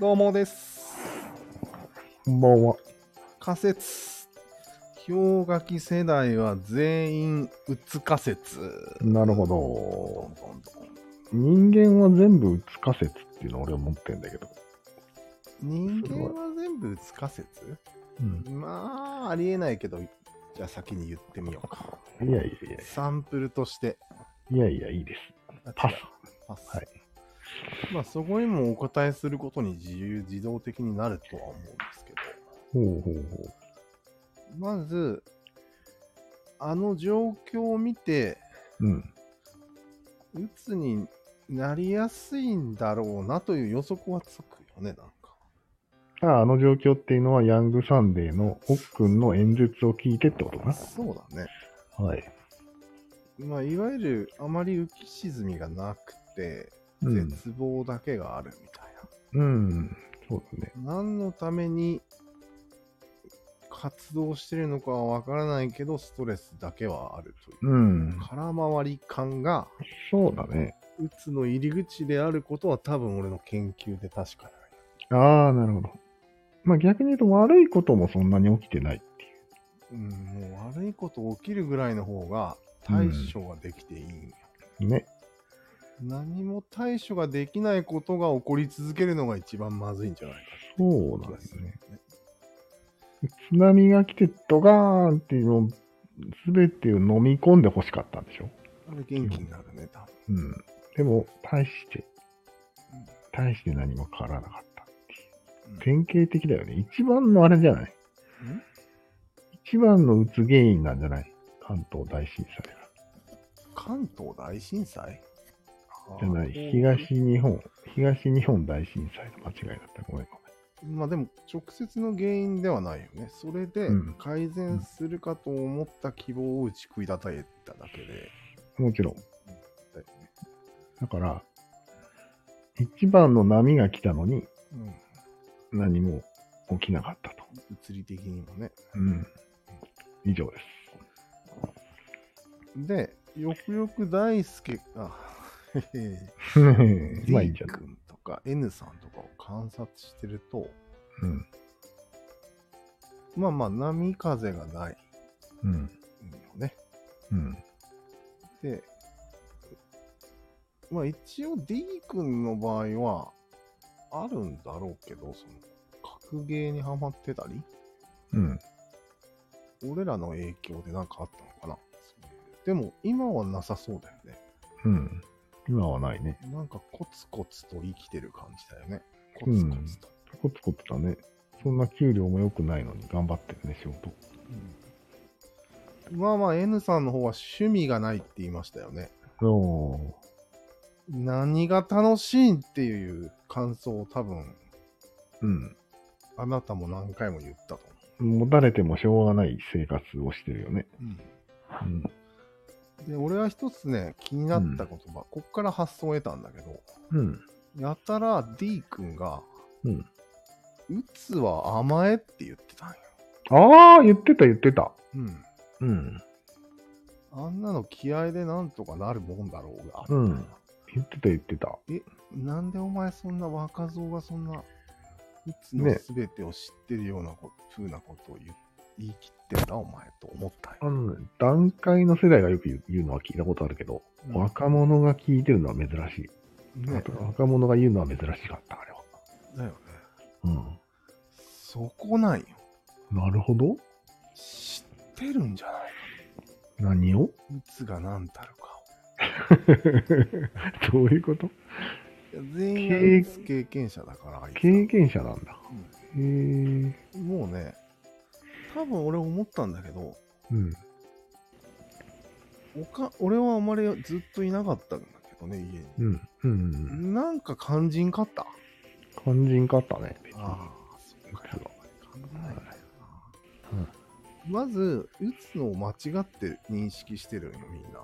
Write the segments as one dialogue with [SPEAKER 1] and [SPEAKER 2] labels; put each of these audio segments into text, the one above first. [SPEAKER 1] どうもです。
[SPEAKER 2] こんばんは。
[SPEAKER 1] 仮説。氷河期世代は全員うつ仮説。
[SPEAKER 2] なるほど。人間は全部うつ仮説っていうのを俺は持ってんだけど。
[SPEAKER 1] 人間は全部うつ仮説
[SPEAKER 2] うん。
[SPEAKER 1] まあ、ありえないけど、じゃあ先に言ってみようか。
[SPEAKER 2] いやいや
[SPEAKER 1] サンプルとして。
[SPEAKER 2] いや、いやいや、いいです。パス。
[SPEAKER 1] パス。
[SPEAKER 2] はい
[SPEAKER 1] まあ、そこにもお答えすることに自由、自動的になるとは思うんですけど。
[SPEAKER 2] ほうほうほ
[SPEAKER 1] まず、あの状況を見て、
[SPEAKER 2] う。うん。
[SPEAKER 1] うつになりやすいんだろうなという予測はつくよね、なんか。
[SPEAKER 2] あああの状況っていうのは、ヤングサンデーの奥くんの演説を聞いてってことか
[SPEAKER 1] そうだね。
[SPEAKER 2] な。はい。
[SPEAKER 1] まあ、いわゆるあまり浮き沈みがなくて、
[SPEAKER 2] うん。
[SPEAKER 1] 絶望だけがあるみたい
[SPEAKER 2] うん。そうだね。
[SPEAKER 1] な。何のために活動してるのかはわからないけど、ストレスだけはあるというう。
[SPEAKER 2] ん。
[SPEAKER 1] 空回り感が、
[SPEAKER 2] そうだね。
[SPEAKER 1] うつの入り口であることは多分俺の研究で確かにある。
[SPEAKER 2] ああ、なるほど。まあ逆に言うと悪いこともそんなに起きてないって
[SPEAKER 1] う
[SPEAKER 2] い
[SPEAKER 1] ん、もう悪いこと起きるぐらいの方が対処ができていいんよ
[SPEAKER 2] う。ね。
[SPEAKER 1] 何も対処ができないことが起こり続けるのが一番まずいんじゃないか
[SPEAKER 2] そう
[SPEAKER 1] と
[SPEAKER 2] な
[SPEAKER 1] いう気が
[SPEAKER 2] んです
[SPEAKER 1] す
[SPEAKER 2] ね
[SPEAKER 1] る。
[SPEAKER 2] 津波が来てドガーンっていうのを全てを飲み込んで欲しかったんでしょ、
[SPEAKER 1] あれ元気になるね、多分。
[SPEAKER 2] うん、でも、大して、大して何も変わらなかった。典型的だよね。一番のあれじゃない一番のうつ原因なんじゃない関東大震災
[SPEAKER 1] 関東大震災
[SPEAKER 2] が。じゃない。
[SPEAKER 1] あー
[SPEAKER 2] 東日本。東日本大震災の間違いだった。ごめん
[SPEAKER 1] まあでも直接の原因ではないよね。それで
[SPEAKER 2] うん
[SPEAKER 1] 改善するかと思った希望を打ち食いたたえただけで。
[SPEAKER 2] ごめん。もちろん。
[SPEAKER 1] だよね
[SPEAKER 2] だから、一番の波が来たのに
[SPEAKER 1] うん
[SPEAKER 2] 何も起きなかったと。
[SPEAKER 1] 物理的にもね。
[SPEAKER 2] うん。以上です。
[SPEAKER 1] で、よくよく大輔 が、へへ
[SPEAKER 2] まあいい
[SPEAKER 1] D
[SPEAKER 2] じゃん。
[SPEAKER 1] 君とか N さんとかを観察してると、
[SPEAKER 2] うん。
[SPEAKER 1] まあまあ波風がない
[SPEAKER 2] うん。
[SPEAKER 1] よね。
[SPEAKER 2] うん。
[SPEAKER 1] で、まあ一応 D 君の場合は、あるんだろうけど、その、格ゲーにハマってたり、
[SPEAKER 2] うん。
[SPEAKER 1] 俺らの影響でなんかあったのかな。でも今はなさそうだよね。
[SPEAKER 2] うん。今はないね。
[SPEAKER 1] なんかコツコツと生きてる感じだよね。コツコツと。
[SPEAKER 2] コツコツだね。そんな給料も良くないのに頑張ってるね、仕事。
[SPEAKER 1] まあまあ N さんの方は趣味がないって言いましたよね。
[SPEAKER 2] おー。
[SPEAKER 1] 何が楽しいっていう感想を多分
[SPEAKER 2] うん。
[SPEAKER 1] あなたも何回も言ったと思
[SPEAKER 2] もたれてもしょうがない生活をしてるよね。
[SPEAKER 1] う。
[SPEAKER 2] うん。
[SPEAKER 1] で、俺は一つね、気になった言葉、こっから発想を得たんだけど、
[SPEAKER 2] うん。
[SPEAKER 1] やたら D 君が、
[SPEAKER 2] うん。
[SPEAKER 1] うつは甘えって言ってたんよ。
[SPEAKER 2] ああ、言ってた言ってた。
[SPEAKER 1] うん。
[SPEAKER 2] うん。
[SPEAKER 1] あんなの気合でなんとかなるもんだろうが。
[SPEAKER 2] うん言ってた言ってた。
[SPEAKER 1] なんでお前そんな若造がそんな、うつの
[SPEAKER 2] ね
[SPEAKER 1] 全てを知ってるようなこ、ふうなことを言う言い切ってんだ、お前と思ったんよ。
[SPEAKER 2] あのね、段階の世代がよく言う言うのは聞いたことあるけど、若者が聞いてるのは珍しい。
[SPEAKER 1] ね
[SPEAKER 2] あと若者が言うのは珍しかった、あれは。
[SPEAKER 1] だよね。
[SPEAKER 2] うん。
[SPEAKER 1] そこなんよ。
[SPEAKER 2] なるほど。
[SPEAKER 1] 知ってるんじゃない
[SPEAKER 2] 何を
[SPEAKER 1] うつが何たるか
[SPEAKER 2] どういうこと
[SPEAKER 1] を。いや全員がうつ経験者だから、あいつ
[SPEAKER 2] 経験者なんだ。へえ。
[SPEAKER 1] うんもうね、多分俺思ったんだけど、
[SPEAKER 2] うん。
[SPEAKER 1] おか俺はあまりずっといなかったんだけどね、家に。
[SPEAKER 2] うん。うん。
[SPEAKER 1] なんか肝心かった。
[SPEAKER 2] 肝心かったね。別に
[SPEAKER 1] ああ、そうかよ。考えない
[SPEAKER 2] うん
[SPEAKER 1] まず、打つのを間違って認識してるよ、みんな。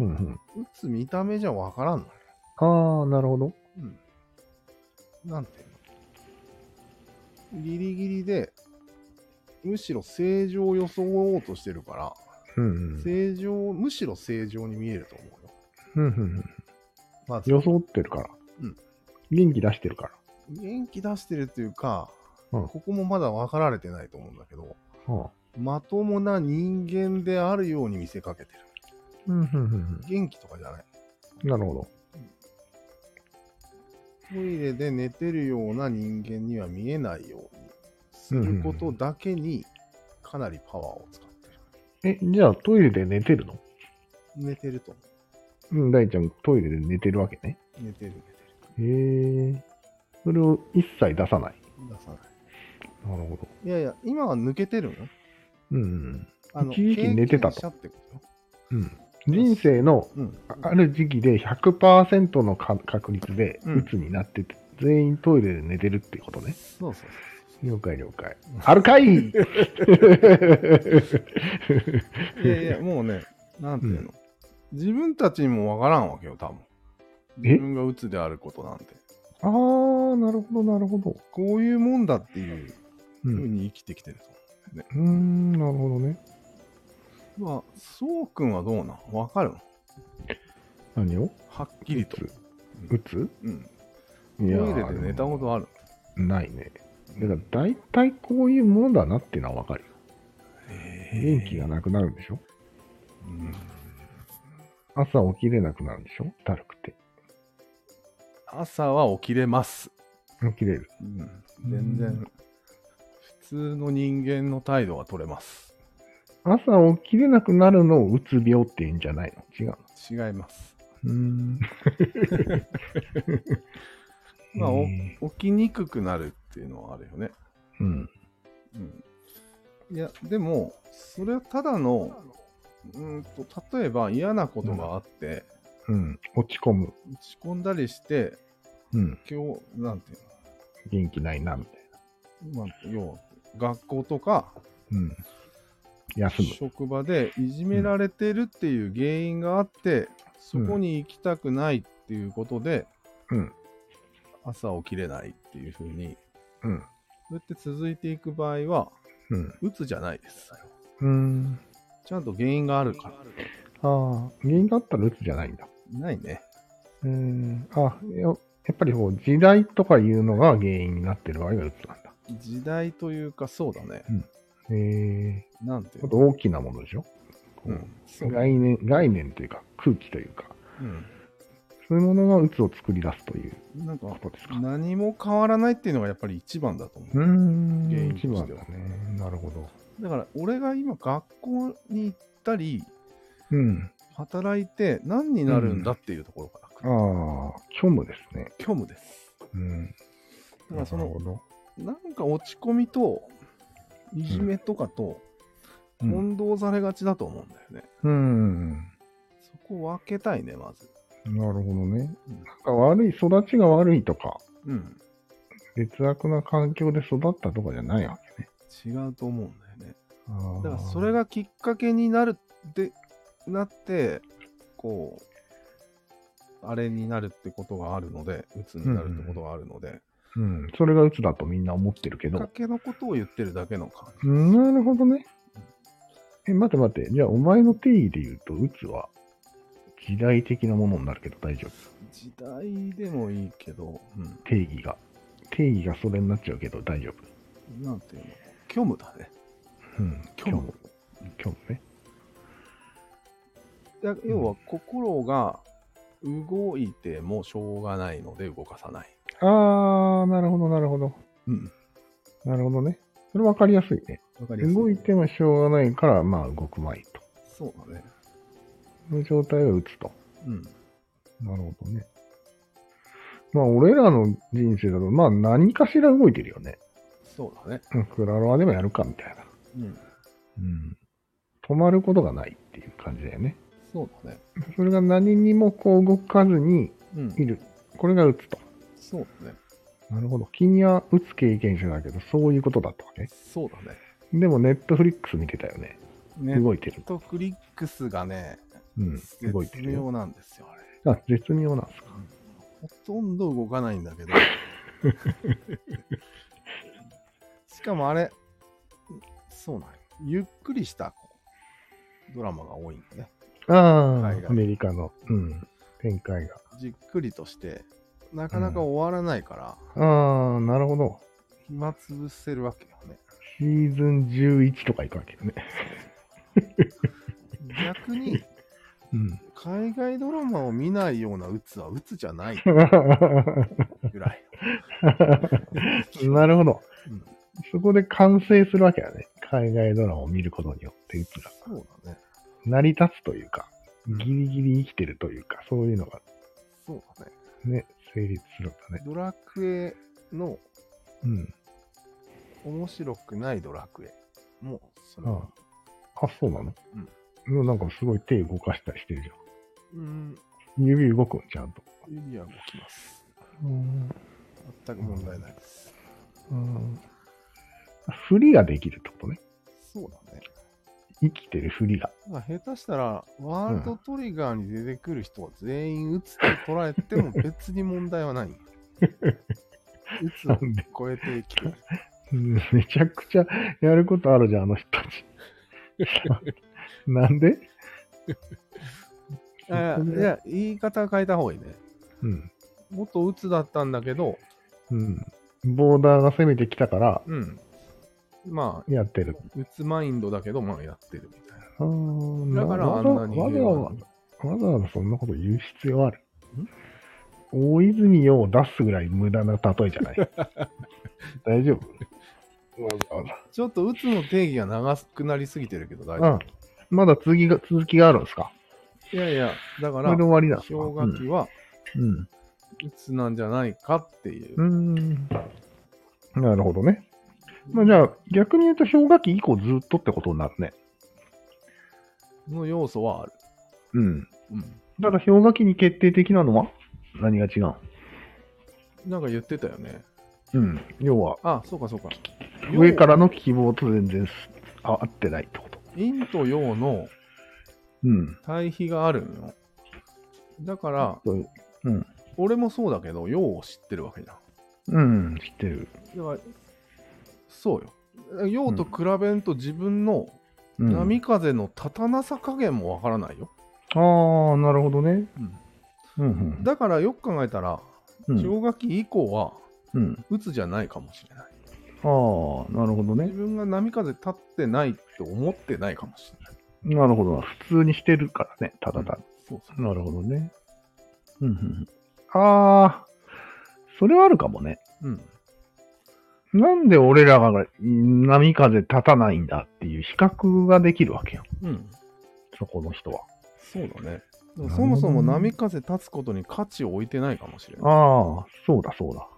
[SPEAKER 2] うんうん。
[SPEAKER 1] 打つ見た目じゃわからんのよ。
[SPEAKER 2] ああ、なるほど。
[SPEAKER 1] うん。なんていうのギリギリで、むしろ正常を装おうとしてるから、
[SPEAKER 2] うんうん。
[SPEAKER 1] 正常、むしろ正常に見えると思うよ。
[SPEAKER 2] うんうんうん
[SPEAKER 1] まず、
[SPEAKER 2] 装ってるから。
[SPEAKER 1] うん。
[SPEAKER 2] 元気出してるから。
[SPEAKER 1] 元気出してるというか、
[SPEAKER 2] うん
[SPEAKER 1] ここもまだ分かられてないと思うんだけど、
[SPEAKER 2] はあ。
[SPEAKER 1] まともな人間であるように見せかけてる。
[SPEAKER 2] うん、うん、うん
[SPEAKER 1] 元気とかじゃない。
[SPEAKER 2] うん。なるほど。
[SPEAKER 1] トイレで寝てるような人間には見えないようにすることだけにかなりパワーを使ってる。
[SPEAKER 2] え、じゃあトイレで寝てるの
[SPEAKER 1] 寝てると思
[SPEAKER 2] うん、大ちゃんトイレで寝てるわけね。
[SPEAKER 1] う。寝てる寝て
[SPEAKER 2] へえ。それを一切出さない。
[SPEAKER 1] る。出さない。
[SPEAKER 2] なるほど。
[SPEAKER 1] いやいや、今は抜けてるのよ
[SPEAKER 2] うんうん
[SPEAKER 1] あの
[SPEAKER 2] 一時期寝てた
[SPEAKER 1] 経験
[SPEAKER 2] と
[SPEAKER 1] 者ってことよ
[SPEAKER 2] うん。うん。人生の
[SPEAKER 1] うん。
[SPEAKER 2] あある時期で100%のか確率で
[SPEAKER 1] うん
[SPEAKER 2] 鬱になってて、全員トイレで寝てるってことね。
[SPEAKER 1] そうそう
[SPEAKER 2] 了解了解。あるかい
[SPEAKER 1] そう。いやいや、もうね、なんていうの、自分たちにもわからんわけよ、多分。
[SPEAKER 2] え
[SPEAKER 1] 自分が鬱であることなんて。
[SPEAKER 2] あー、なるほどなるほど。
[SPEAKER 1] こういうもんだっていう
[SPEAKER 2] う
[SPEAKER 1] ふ
[SPEAKER 2] ん。
[SPEAKER 1] う
[SPEAKER 2] う
[SPEAKER 1] に生きてきてると。
[SPEAKER 2] ーん、なるほどね。
[SPEAKER 1] まあ、そうくんはどうなんわかるの
[SPEAKER 2] 何を
[SPEAKER 1] はっきりと。
[SPEAKER 2] 鬱鬱
[SPEAKER 1] うん。
[SPEAKER 2] ト
[SPEAKER 1] トイレで寝たことある
[SPEAKER 2] ないね。だから大体こういうものだなっていうのはわかるよ。元気がなくなるんでしょ
[SPEAKER 1] うん
[SPEAKER 2] 朝起きれなくなるんでしょだるくて。
[SPEAKER 1] 朝は起きれます。
[SPEAKER 2] 起きれる。
[SPEAKER 1] うん、全然。普通の人間の態度は取れます。
[SPEAKER 2] 朝起きれなくなるのをうつ病っていうんじゃないの違うの
[SPEAKER 1] 違います。
[SPEAKER 2] うーん。
[SPEAKER 1] まあ、お
[SPEAKER 2] え
[SPEAKER 1] 起きにくくなるっていうのはあるよね。
[SPEAKER 2] ーうん。
[SPEAKER 1] うん、いや、でも、それはただの、うーんと、例えば嫌なことがあって、
[SPEAKER 2] うん。落ち込む。
[SPEAKER 1] 打ち込んだりして、
[SPEAKER 2] うん。
[SPEAKER 1] 今日、なんていう
[SPEAKER 2] 元気ないな、みたい
[SPEAKER 1] の、まあ、要は、学校とか、
[SPEAKER 2] な。うん。休む。
[SPEAKER 1] 職場でいじめられてるっていう原因があって、
[SPEAKER 2] うん
[SPEAKER 1] そこに行きたくないっていうことで、
[SPEAKER 2] うん
[SPEAKER 1] 朝起きれないっていうふうに、
[SPEAKER 2] うん。
[SPEAKER 1] そうやって続いていく場合は、
[SPEAKER 2] うん。
[SPEAKER 1] うつじゃないです。
[SPEAKER 2] うーん。
[SPEAKER 1] ちゃんと原因があるから。
[SPEAKER 2] ああ、原因があったらうつじゃないんだ。
[SPEAKER 1] ないね。
[SPEAKER 2] うーん。あ、ややっぱりこう、時代とかいうのが原因になってる場合がうつなんだ。
[SPEAKER 1] 時代というか、そうだね。
[SPEAKER 2] へえ
[SPEAKER 1] なんてい
[SPEAKER 2] ー。ちょ
[SPEAKER 1] う
[SPEAKER 2] っと大きなものでしょこう
[SPEAKER 1] の、そう
[SPEAKER 2] 概念、概念というか、空気というか、そういうものが鬱を作り出すという
[SPEAKER 1] うんなんか
[SPEAKER 2] こ、とですか。
[SPEAKER 1] 何も変わらないっていうのがやっぱり一番だと思
[SPEAKER 2] うー
[SPEAKER 1] う。
[SPEAKER 2] ん、
[SPEAKER 1] 原因と
[SPEAKER 2] 一番
[SPEAKER 1] して
[SPEAKER 2] だ
[SPEAKER 1] は
[SPEAKER 2] ね。なるほど。
[SPEAKER 1] だから、俺が今、学校に行ったり、
[SPEAKER 2] うん。
[SPEAKER 1] 働いて何になるんだっていうところから来る、
[SPEAKER 2] ああ、虚無ですね。
[SPEAKER 1] 虚無です。
[SPEAKER 2] うん。
[SPEAKER 1] だからそ
[SPEAKER 2] なる
[SPEAKER 1] の
[SPEAKER 2] ほど。
[SPEAKER 1] なんか落ち込みといじめとかと
[SPEAKER 2] うん。
[SPEAKER 1] 混同されがちだと思うんだよね。
[SPEAKER 2] うん、な
[SPEAKER 1] そこ分けたいね、まず。
[SPEAKER 2] るほどね。
[SPEAKER 1] うん
[SPEAKER 2] なんか悪い、育ちが悪いとか、
[SPEAKER 1] うん。
[SPEAKER 2] 劣悪な環境で育ったとかじゃないわけね。
[SPEAKER 1] 違うと思うんだよね。
[SPEAKER 2] あー
[SPEAKER 1] だからそれ、がきっかけになるって、なって、こう、あれになるってことがあるので、鬱になるってことがあるので、
[SPEAKER 2] うん、それが鬱だとみんな思ってるけ
[SPEAKER 1] きっ
[SPEAKER 2] ど
[SPEAKER 1] か、けのことを言ってるだけの感じ。
[SPEAKER 2] うんなるほどね。え、待て待て。じゃあ、お前の定義で言うと、鬱は時代的なものになるけど大丈夫。
[SPEAKER 1] 時代でもいいけど、うん、
[SPEAKER 2] 定義が。定義がそれになっちゃうけど大丈夫。
[SPEAKER 1] なんていうの、虚無だね。
[SPEAKER 2] うん。
[SPEAKER 1] 虚無。
[SPEAKER 2] 今日ね。
[SPEAKER 1] だ要は心が動いてもしょうがないので動かさない。
[SPEAKER 2] あー、なるほど、なるほど。
[SPEAKER 1] うん。
[SPEAKER 2] なるほどね。それ分かりやすいね。
[SPEAKER 1] わかりやすい。
[SPEAKER 2] 動いてもしょうがないから、まあ、動くまいと。
[SPEAKER 1] そうだね。
[SPEAKER 2] その状態が鬱と。
[SPEAKER 1] うん。
[SPEAKER 2] なるほどね。まあ、俺らの人生だと、まあ、何かしら動いてるよね。
[SPEAKER 1] そうだね。
[SPEAKER 2] うんクラロワでもやるか、みたいな。
[SPEAKER 1] うん。
[SPEAKER 2] うん止まることがないっていう感じだよね。
[SPEAKER 1] そうだね。
[SPEAKER 2] それが何にもこう動かずに
[SPEAKER 1] うん
[SPEAKER 2] い。る。これが打つと。
[SPEAKER 1] そうだね。
[SPEAKER 2] なるほど。君は打つ経験者だけど、そういうことだったわけ。
[SPEAKER 1] そうだね。
[SPEAKER 2] でも、ネットフリックス見てたよね。
[SPEAKER 1] ネッ
[SPEAKER 2] 動いてる。
[SPEAKER 1] トフリックスがね、
[SPEAKER 2] うん。動いて
[SPEAKER 1] 絶
[SPEAKER 2] るよ。
[SPEAKER 1] 妙なんですよ、あれ。
[SPEAKER 2] あ、絶妙なんですか。
[SPEAKER 1] ほとんど動かないんだけ ど。しかもあれ、そうなんよゆっくりしたこうドラマが多いんだね。
[SPEAKER 2] あ
[SPEAKER 1] 海
[SPEAKER 2] あ、
[SPEAKER 1] 外
[SPEAKER 2] アメリカの、うん、展開が。
[SPEAKER 1] じっくりとして、なかなか終わらないから、
[SPEAKER 2] ああ、なるほど。
[SPEAKER 1] 暇つぶせるわけよね。
[SPEAKER 2] シーズン11とか行くわけよね。
[SPEAKER 1] 逆に、
[SPEAKER 2] うん。
[SPEAKER 1] 海外ドラマを見ないような鬱は鬱じゃないぐらい。
[SPEAKER 2] なるほど
[SPEAKER 1] うん。
[SPEAKER 2] そこで完成するわけだね。海外ドラマを見ることによって、うつが
[SPEAKER 1] そうだね。
[SPEAKER 2] 成り立つというか、ギリギリ生きてるというか、そういうのが
[SPEAKER 1] そうだね。
[SPEAKER 2] ね、成立するんだね。
[SPEAKER 1] ドラクエの
[SPEAKER 2] うん。
[SPEAKER 1] 面白くないドラクエもそれ
[SPEAKER 2] あ
[SPEAKER 1] は
[SPEAKER 2] あ、そうなのうん。なんかすごい手動かしたりしてるじ
[SPEAKER 1] うん、
[SPEAKER 2] ゃん。指動くん、ちゃんと。
[SPEAKER 1] 指は動きます。
[SPEAKER 2] うん。
[SPEAKER 1] 全く問題ないです。
[SPEAKER 2] 振りができるってことね。
[SPEAKER 1] そうだね。
[SPEAKER 2] 生きてる振りが。
[SPEAKER 1] まあ、下手したら、ワールドトリガーに出てくる人は全員打つと捉えても別に問題は ない。打つを
[SPEAKER 2] なんで
[SPEAKER 1] 超えてきてる。
[SPEAKER 2] うん めちゃくちゃやることあるじゃん、あの人たち。 なんで
[SPEAKER 1] あいや、言い方変えた方がいいね。
[SPEAKER 2] うん。
[SPEAKER 1] 元打つだったんだけど、
[SPEAKER 2] うん。ボーダーが攻めてきたから、
[SPEAKER 1] うん。まあ、
[SPEAKER 2] やってる。
[SPEAKER 1] 打つマインドだけど、まあやってるみたい
[SPEAKER 2] あー
[SPEAKER 1] な。だからあ
[SPEAKER 2] わ
[SPEAKER 1] ん
[SPEAKER 2] ざ
[SPEAKER 1] なに
[SPEAKER 2] わざ
[SPEAKER 1] 平和
[SPEAKER 2] わ
[SPEAKER 1] なんだ。
[SPEAKER 2] ざわざわざそんなこと言う必要ある大泉洋を出すぐらい無駄な例えじゃない 大丈夫わざわざ
[SPEAKER 1] ちょっと打つの定義が長くなりすぎてるけど大
[SPEAKER 2] う
[SPEAKER 1] 丈
[SPEAKER 2] ん。まだ続きが、続きがあるんですか
[SPEAKER 1] 夫。いやいや、だか
[SPEAKER 2] こ
[SPEAKER 1] ら
[SPEAKER 2] れで、終わりなんですか
[SPEAKER 1] 氷河期は
[SPEAKER 2] うん。
[SPEAKER 1] 打つなんじゃないかっていう。
[SPEAKER 2] うん。うんなるほどね。まあじゃあ、逆に言うと氷河期以降ずっとってことになるね。
[SPEAKER 1] の要素はある。
[SPEAKER 2] うん。
[SPEAKER 1] う。
[SPEAKER 2] ただ氷河期に決定的なのは何が違うん
[SPEAKER 1] なんか言ってたよね。
[SPEAKER 2] うん。要は、
[SPEAKER 1] あ、そうかそうか。
[SPEAKER 2] 上からの希望と全然すあ合ってないってこと。
[SPEAKER 1] 陰と陽の
[SPEAKER 2] うん。
[SPEAKER 1] 対比があるのよ。だから、
[SPEAKER 2] そういううん。
[SPEAKER 1] 俺もそうだけど、陽を知ってるわけじゃん。
[SPEAKER 2] うん、知ってる。
[SPEAKER 1] だから、そうよ。陽と比べんと自分の
[SPEAKER 2] うん、
[SPEAKER 1] 波風の立たなさ加減もわからないよ。
[SPEAKER 2] ああ、なるほどね。うん、うん。
[SPEAKER 1] だからよく考えたら、
[SPEAKER 2] うん
[SPEAKER 1] 氷河期以降は、
[SPEAKER 2] うん、
[SPEAKER 1] 鬱じゃないかもしれない。
[SPEAKER 2] ああ、なるほどね
[SPEAKER 1] 自。分が波風立ってないって思ってないかもしれない。
[SPEAKER 2] なるほど。普通にしてるからね、ただただ。
[SPEAKER 1] そうそう。
[SPEAKER 2] なるほどね。うん、うんうん。ああ、それはあるかもね。
[SPEAKER 1] うん。
[SPEAKER 2] なんで俺らが波風立たないんだっていう比較ができるわけよ。
[SPEAKER 1] うん。
[SPEAKER 2] そこの人は。
[SPEAKER 1] そうだね。
[SPEAKER 2] なるほどね
[SPEAKER 1] そもそも波風立つことに価値を置いてないかもしれない。
[SPEAKER 2] ああ、そうだそうだ。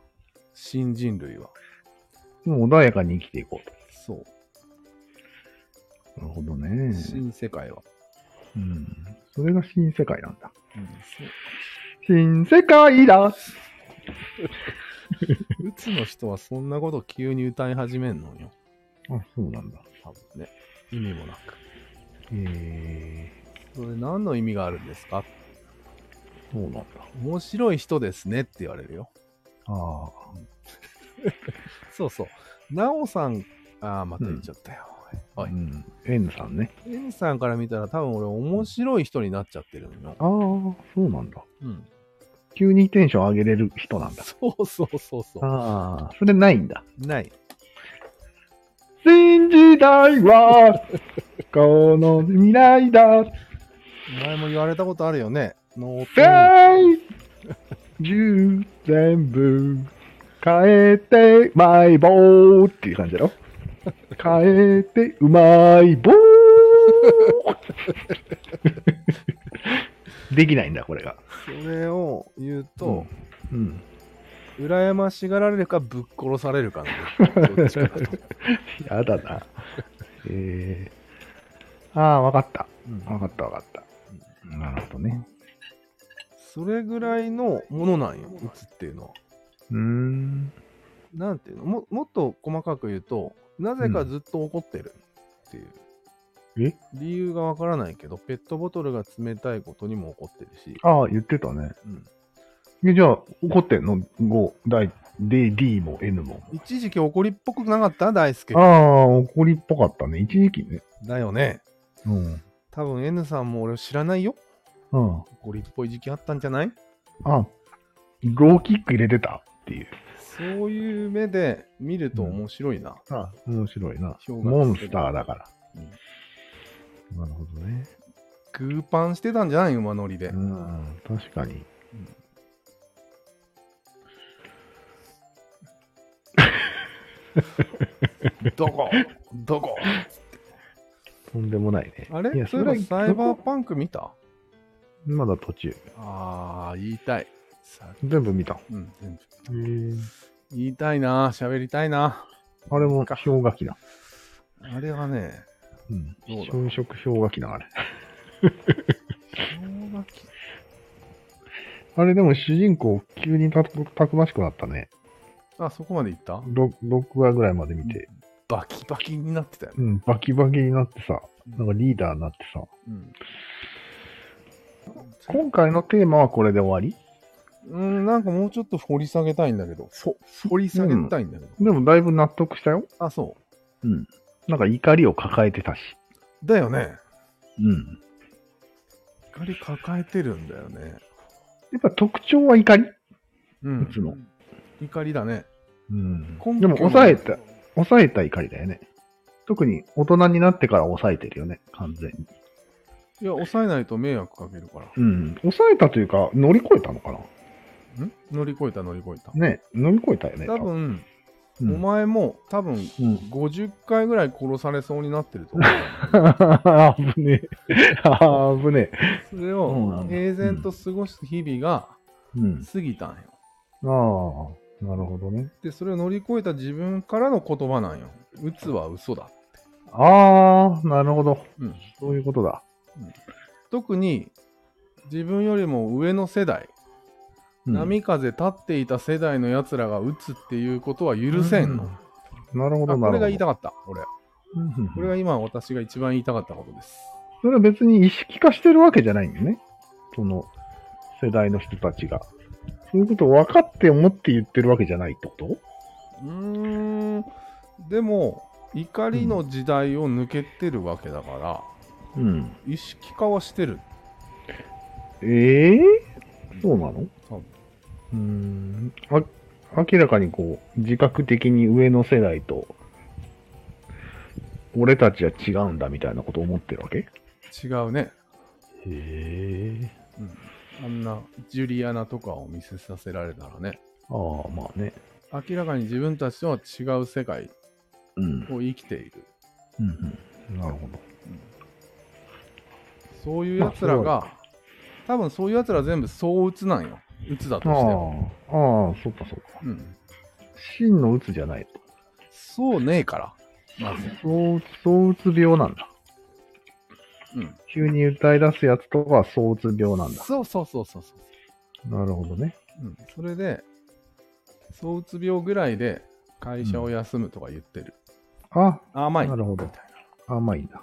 [SPEAKER 1] 新人類は。
[SPEAKER 2] もう穏やかに生きていこう
[SPEAKER 1] そ
[SPEAKER 2] と。なるほど
[SPEAKER 1] う。
[SPEAKER 2] ね。
[SPEAKER 1] 新世界は。
[SPEAKER 2] うん。それが新世界なんだ。
[SPEAKER 1] うん、
[SPEAKER 2] 新世界だ
[SPEAKER 1] そう。うつの人はそんなこと急に歌い始めんのよ。
[SPEAKER 2] あ、そうなんだ。
[SPEAKER 1] 多分ね。意味もなく。
[SPEAKER 2] え
[SPEAKER 1] それ何の意味があるんですか
[SPEAKER 2] ー、そうなんだ。
[SPEAKER 1] 面白い人ですねって言われるよ。
[SPEAKER 2] あ
[SPEAKER 1] そうそう。なおさん、ああ、また言っちゃったよ。
[SPEAKER 2] あ、
[SPEAKER 1] おい。
[SPEAKER 2] うん。N さんね。
[SPEAKER 1] エンさんから見たら多分俺面白い人になっちゃってるのよ
[SPEAKER 2] あ。あ、そうなんだ。
[SPEAKER 1] うん。
[SPEAKER 2] 急にテンション上げれる人なんだ。
[SPEAKER 1] そうそうそうそ
[SPEAKER 2] ああ、それないんだ。
[SPEAKER 1] う。ない。
[SPEAKER 2] 新時代は、この未来だ。
[SPEAKER 1] 前も言われたことあるよね。ノート
[SPEAKER 2] 世10全部変えてうまい棒っていう感じだろ変えてうまい棒 できないんだこれが
[SPEAKER 1] それを言うと、
[SPEAKER 2] うん
[SPEAKER 1] 羨ましがられるかぶっ殺されるか な。どっちかだと。
[SPEAKER 2] やだなえー、ああわかった
[SPEAKER 1] うん
[SPEAKER 2] わかったわかったなるほどね
[SPEAKER 1] それぐらいのものなんよ、うつっていうのは。
[SPEAKER 2] うーん
[SPEAKER 1] なんていうのももっと細かく言うと、なぜかずっと怒ってるっていう。
[SPEAKER 2] え
[SPEAKER 1] 理由がわからないけど、ペットボトルが冷たいことにも怒ってるし、
[SPEAKER 2] ああ言ってたね
[SPEAKER 1] うん
[SPEAKER 2] えじゃあ怒ってんの5大 D D も N も
[SPEAKER 1] 一時期怒りっぽくなかった大輔
[SPEAKER 2] あ。あ、怒りっぽかったね。一時期ね。
[SPEAKER 1] だよね。
[SPEAKER 2] うん。
[SPEAKER 1] 多分 N さんも俺知らないよ。
[SPEAKER 2] うん。
[SPEAKER 1] 怒りっぽい時期あったんじゃない
[SPEAKER 2] あ、ローキック入れてたっていう。
[SPEAKER 1] そういう目で見ると面白いな。
[SPEAKER 2] あ、面白いな。
[SPEAKER 1] 氷河
[SPEAKER 2] モンスターだから。
[SPEAKER 1] うん
[SPEAKER 2] なるほどね。
[SPEAKER 1] グーパンしてたんじゃない馬乗りで。
[SPEAKER 2] うん、確かに。
[SPEAKER 1] どこどこと
[SPEAKER 2] んでもないね。
[SPEAKER 1] あ
[SPEAKER 2] いや
[SPEAKER 1] れそ
[SPEAKER 2] それは
[SPEAKER 1] れサイバーパンク見た
[SPEAKER 2] まだ途中。
[SPEAKER 1] ああ、言いたい。さ
[SPEAKER 2] 全部見た。
[SPEAKER 1] うん、全部。
[SPEAKER 2] へえ。
[SPEAKER 1] 言いたいな、喋りたいな。
[SPEAKER 2] あれも氷河期だ。
[SPEAKER 1] あれはね、
[SPEAKER 2] うん。
[SPEAKER 1] どうだ
[SPEAKER 2] 小食氷河期だ、あれ。
[SPEAKER 1] 氷河期
[SPEAKER 2] あれでも主人公、急にたくたくましくなったね。
[SPEAKER 1] あ、そこまで行った
[SPEAKER 2] ろ 6, 話ぐらいまで見て、
[SPEAKER 1] バキバキになってたよね。
[SPEAKER 2] うん、バキバキになってさ、なんかリーダーになってさ、
[SPEAKER 1] うん。
[SPEAKER 2] 今回のテーマはこれで終わり
[SPEAKER 1] うん、なんかもうちょっと掘り下げたいんだけど、そ掘り下げたいんだけど。
[SPEAKER 2] でもだいぶ納得したよ。
[SPEAKER 1] あ、そ
[SPEAKER 2] うん。なんか怒りを抱えてたし。
[SPEAKER 1] う。だよね。
[SPEAKER 2] うん。
[SPEAKER 1] 怒り抱えてるんだよね。
[SPEAKER 2] やっぱ特徴は怒り
[SPEAKER 1] うん。
[SPEAKER 2] いつの
[SPEAKER 1] 怒りだね。
[SPEAKER 2] うん
[SPEAKER 1] 根拠
[SPEAKER 2] でも抑えた、抑えた怒りだよね。特に大人になってから抑えてるよね、完全に。
[SPEAKER 1] いや、抑えないと迷惑かけるから。
[SPEAKER 2] うん。抑えたというか、乗り越えたのかなん
[SPEAKER 1] 乗り越えた乗り越えた。
[SPEAKER 2] ね、乗り越えたよね。
[SPEAKER 1] 多分、
[SPEAKER 2] 多
[SPEAKER 1] お
[SPEAKER 2] 分、
[SPEAKER 1] 前も多分
[SPEAKER 2] うん。うん
[SPEAKER 1] 50回ぐらい殺されそうになってると思う。
[SPEAKER 2] あー 危ねえ。あー危ねえ。
[SPEAKER 1] それ
[SPEAKER 2] そうな
[SPEAKER 1] を
[SPEAKER 2] んだ
[SPEAKER 1] 平然と過ごす日々が
[SPEAKER 2] うん。
[SPEAKER 1] 過ぎたんよ。
[SPEAKER 2] ああ、なるほどね。
[SPEAKER 1] で、それを乗り越えた自分からの言葉なんよ。鬱は嘘だ。
[SPEAKER 2] ああ、なるほど。
[SPEAKER 1] うん、
[SPEAKER 2] そういうことだ。
[SPEAKER 1] 特に自分よりも上の世代、
[SPEAKER 2] うん
[SPEAKER 1] 波風立っていた世代のやつらが鬱っていうことは許せんの。
[SPEAKER 2] うなるほど、なるほど。
[SPEAKER 1] あこれが言いたかった、俺。
[SPEAKER 2] うんうんうん
[SPEAKER 1] これが今私が一番言いたかったことです。
[SPEAKER 2] それは別に意識化してるわけじゃないんだよね。その世代の人たちが。そういうことを分かって思って言ってるわけじゃないってこと
[SPEAKER 1] うーん、でも、怒りの時代を抜けてるわけだから、
[SPEAKER 2] うん。
[SPEAKER 1] 意識化はしてる。
[SPEAKER 2] ええそうなの
[SPEAKER 1] 多分
[SPEAKER 2] うーん。あ明らかにこう、自覚的に上の世代と、俺たちは違うんだみたいなことを思ってるわけへ
[SPEAKER 1] 違うね。
[SPEAKER 2] え。
[SPEAKER 1] うん、あんなジュリアナとかを見せさせられたらね、
[SPEAKER 2] ああ、まあね。
[SPEAKER 1] 明らかに自分たちとは違う世界
[SPEAKER 2] うん。
[SPEAKER 1] を生きている。
[SPEAKER 2] うんうん、なるほど。
[SPEAKER 1] そういうやつらが、多分そういうやつら全部総鬱なんよ。鬱だとしても。
[SPEAKER 2] ああ、ああ、そっかそっか。
[SPEAKER 1] うん、
[SPEAKER 2] 真の鬱じゃないと。
[SPEAKER 1] そうねえから、まず。
[SPEAKER 2] そう、そううつ病なんだ。
[SPEAKER 1] うん、
[SPEAKER 2] 急に歌い出すやつとかはそううつ病なんだ。
[SPEAKER 1] そうそうそうそうそう。
[SPEAKER 2] なるほどね。
[SPEAKER 1] うん、それで、躁うつ病ぐらいで会社を休むとか言ってる。
[SPEAKER 2] あ、
[SPEAKER 1] 甘い。
[SPEAKER 2] なるほど
[SPEAKER 1] みたいな
[SPEAKER 2] 甘いんだ。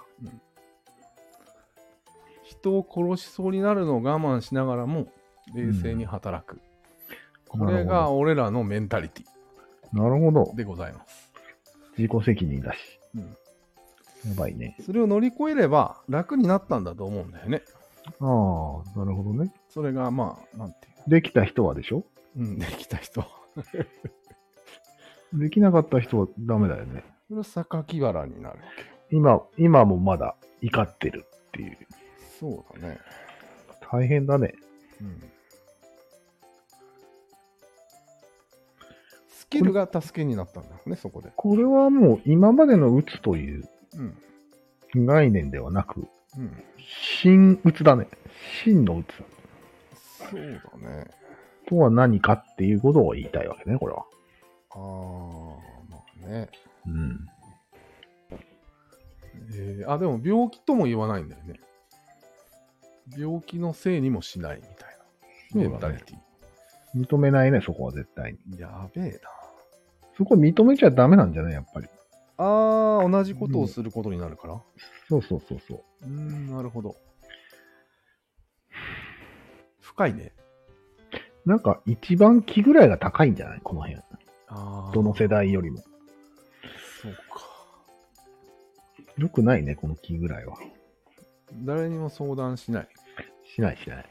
[SPEAKER 1] 人を殺しそうになるのを我慢しながらも、冷静に働く。これが俺らのメンタリテ
[SPEAKER 2] なるほど
[SPEAKER 1] ィ。でございます。
[SPEAKER 2] 自己責任だし。
[SPEAKER 1] うん
[SPEAKER 2] やばいね。
[SPEAKER 1] それを乗り越えれば楽になったんだと思うんだよね。
[SPEAKER 2] ああ、なるほどね。
[SPEAKER 1] それがまあ、なんていう
[SPEAKER 2] できた人はでしょ
[SPEAKER 1] の。うん、できた人。
[SPEAKER 2] できなかった人はダメだよね。
[SPEAKER 1] それは榊原になるわけよ。
[SPEAKER 2] 今、今もまだ怒ってるっていう。
[SPEAKER 1] そうだね。
[SPEAKER 2] 大変だね。
[SPEAKER 1] うん。スキルが助けになったんだろうね、そこで。
[SPEAKER 2] これはもう今までの鬱という
[SPEAKER 1] うん。
[SPEAKER 2] 概念ではなく、
[SPEAKER 1] うん。
[SPEAKER 2] 真鬱だね。真の鬱。
[SPEAKER 1] そうだね。
[SPEAKER 2] とは何かっていうことを言いたいわけね、これは。
[SPEAKER 1] ああ、まあね。
[SPEAKER 2] うん。
[SPEAKER 1] えーあ、でも病気とも言わないんだよね。病気のせいにもしないみたい
[SPEAKER 2] そう
[SPEAKER 1] な。
[SPEAKER 2] だね
[SPEAKER 1] メンタリティ。
[SPEAKER 2] 認めないね、そこは絶対に。
[SPEAKER 1] やべえな。
[SPEAKER 2] そこ認めちゃダメなんじゃないやっぱり。
[SPEAKER 1] ああ、同じことをすることになるから。
[SPEAKER 2] そうそうそうそ
[SPEAKER 1] う
[SPEAKER 2] う。
[SPEAKER 1] ーん、なるほど。深いね。
[SPEAKER 2] なんか一番気ぐらいが高いんじゃないこの辺。
[SPEAKER 1] ああ、
[SPEAKER 2] どの世代よりも。
[SPEAKER 1] そうか。
[SPEAKER 2] よくないね、この気ぐらいは。
[SPEAKER 1] 誰にも相談しない。
[SPEAKER 2] しないしない。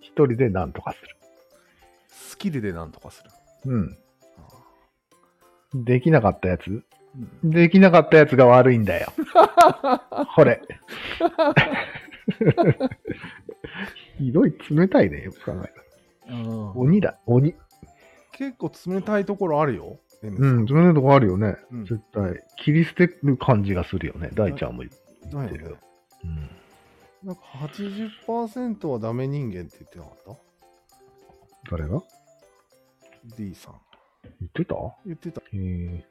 [SPEAKER 2] 一人で何とかする。
[SPEAKER 1] きででなんとかする。
[SPEAKER 2] うん。
[SPEAKER 1] ああ
[SPEAKER 2] できなかったやつ
[SPEAKER 1] うん
[SPEAKER 2] できなかったやつが悪いんだよ。これ。 ひどい冷たいね。よく考えたら
[SPEAKER 1] うん
[SPEAKER 2] 鬼だ、鬼。
[SPEAKER 1] 結構冷たいところあるよ。M
[SPEAKER 2] う
[SPEAKER 1] さ
[SPEAKER 2] ん、冷たいとこあるよね。
[SPEAKER 1] うん
[SPEAKER 2] 絶対。切り捨てる感じがするよね。大ちゃんも言
[SPEAKER 1] だ
[SPEAKER 2] っ
[SPEAKER 1] よ
[SPEAKER 2] て
[SPEAKER 1] ね
[SPEAKER 2] るよ。うん
[SPEAKER 1] なんか80%はダメ人間って言ってなかっ
[SPEAKER 2] 誰が
[SPEAKER 1] た ?D さん。
[SPEAKER 2] 言ってた
[SPEAKER 1] 言ってた。
[SPEAKER 2] へえ。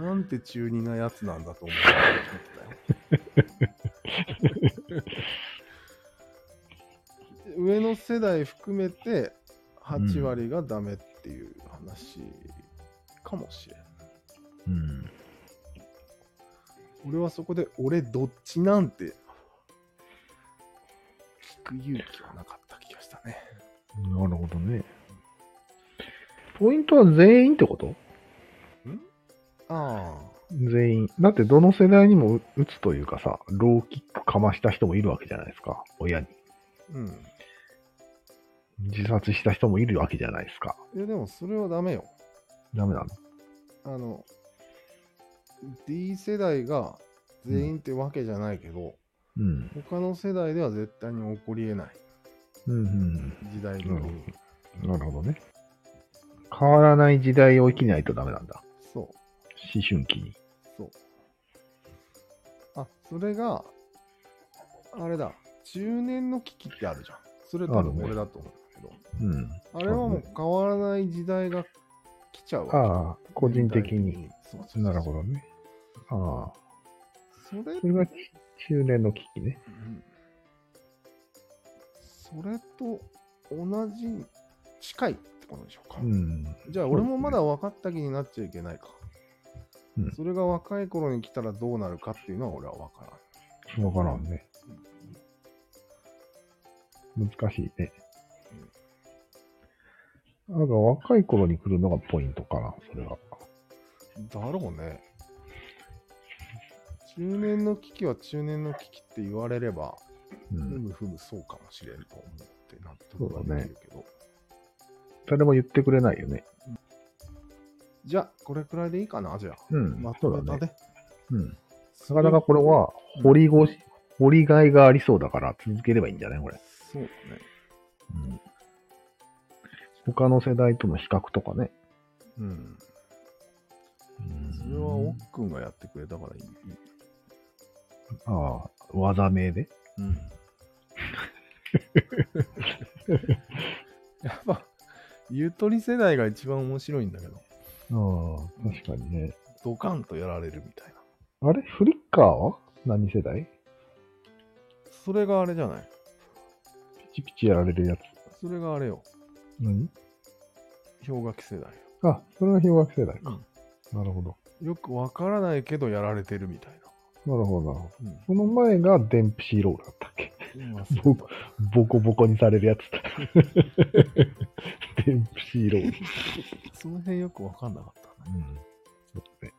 [SPEAKER 1] なんて中二なやつなんだと思う。 上の世代含めて8割がダメっていう話かもしれない。
[SPEAKER 2] うん。
[SPEAKER 1] 俺はそこで俺どっちなんて聞く勇気はなかった気がしたね。
[SPEAKER 2] なるほどね。ポイントは全員ってこと
[SPEAKER 1] ああ。
[SPEAKER 2] 全員。だってどの世代にも打つというかさ、ローキックかました人もいるわけじゃないですか。親に。
[SPEAKER 1] うん。
[SPEAKER 2] 自殺した人もいるわけじゃないですか。
[SPEAKER 1] いやでもそれはダメよ。
[SPEAKER 2] ダメなの
[SPEAKER 1] あの、D 世代が全員ってわけじゃないけど、
[SPEAKER 2] うん。
[SPEAKER 1] 他の世代では絶対に起こり得ない
[SPEAKER 2] うんうん
[SPEAKER 1] 時代
[SPEAKER 2] う
[SPEAKER 1] の、
[SPEAKER 2] ん。なるほどね。変わらない時代を生きないとダメなんだ。
[SPEAKER 1] そう、
[SPEAKER 2] 思春期に。
[SPEAKER 1] そう。あ、それが、あれだ、中年の危機ってあるじゃん。それ多
[SPEAKER 2] ある
[SPEAKER 1] 分
[SPEAKER 2] ね
[SPEAKER 1] 俺だと思うんだけど、
[SPEAKER 2] うん。
[SPEAKER 1] あれはもう変わらない時代が来ちゃうわけ
[SPEAKER 2] ああ、個人的
[SPEAKER 1] 全体
[SPEAKER 2] に。
[SPEAKER 1] そうそうそう
[SPEAKER 2] なるほどね。ああ。
[SPEAKER 1] それ
[SPEAKER 2] それがち中年の危機ね。
[SPEAKER 1] うんそれと同じ近いってことでしょうか、
[SPEAKER 2] うん。
[SPEAKER 1] じゃあ俺もまだ分かった気になっちゃいけないか、
[SPEAKER 2] うん
[SPEAKER 1] それが若い頃に来たらどうなるかっていうのは俺は分から
[SPEAKER 2] わからんね。難しいね。なんか若い頃に来るのがポイントかな、それは。
[SPEAKER 1] んだろうね中年の危機は中年の危機って言われれば、
[SPEAKER 2] う
[SPEAKER 1] ふ
[SPEAKER 2] ん。
[SPEAKER 1] むふむそうかもしれんと思って納得はできるけど、
[SPEAKER 2] 誰も言ってくれないよね。
[SPEAKER 1] じゃあこれくらいでいいかなじゃあ、
[SPEAKER 2] うん
[SPEAKER 1] まと
[SPEAKER 2] そう
[SPEAKER 1] め
[SPEAKER 2] だ
[SPEAKER 1] た
[SPEAKER 2] ね。
[SPEAKER 1] ね
[SPEAKER 2] うん。なかなかこれは、掘りごし、掘りがいがありそうだから続ければいいんじゃないこれ。
[SPEAKER 1] そうだね
[SPEAKER 2] うん。他の世代との比較とかね。
[SPEAKER 1] うんそれは奥君がやってくれたからいい。
[SPEAKER 2] ああ、技名で。
[SPEAKER 1] うん、 やっぱ、ゆとり世代が一番面白いんだけど、
[SPEAKER 2] ああ、確かにね。
[SPEAKER 1] ドカンとやられるみたいな。
[SPEAKER 2] あれフリッカーは何世代
[SPEAKER 1] それがあれじゃない
[SPEAKER 2] ピチピチやられるやつ。
[SPEAKER 1] それがあれよ。
[SPEAKER 2] 何
[SPEAKER 1] 氷河期世代よ。
[SPEAKER 2] あ、それは氷河期世代か。なるほど。
[SPEAKER 1] よくわからないけどやられてるみたい
[SPEAKER 2] なるほど、なるほど。
[SPEAKER 1] な。
[SPEAKER 2] その前がデンプシーロールだったっけ
[SPEAKER 1] うん。今
[SPEAKER 2] 僕ボコボコにされるやつ。デンプシーロール。
[SPEAKER 1] その辺よくわかんなかったな。
[SPEAKER 2] うん。そうね。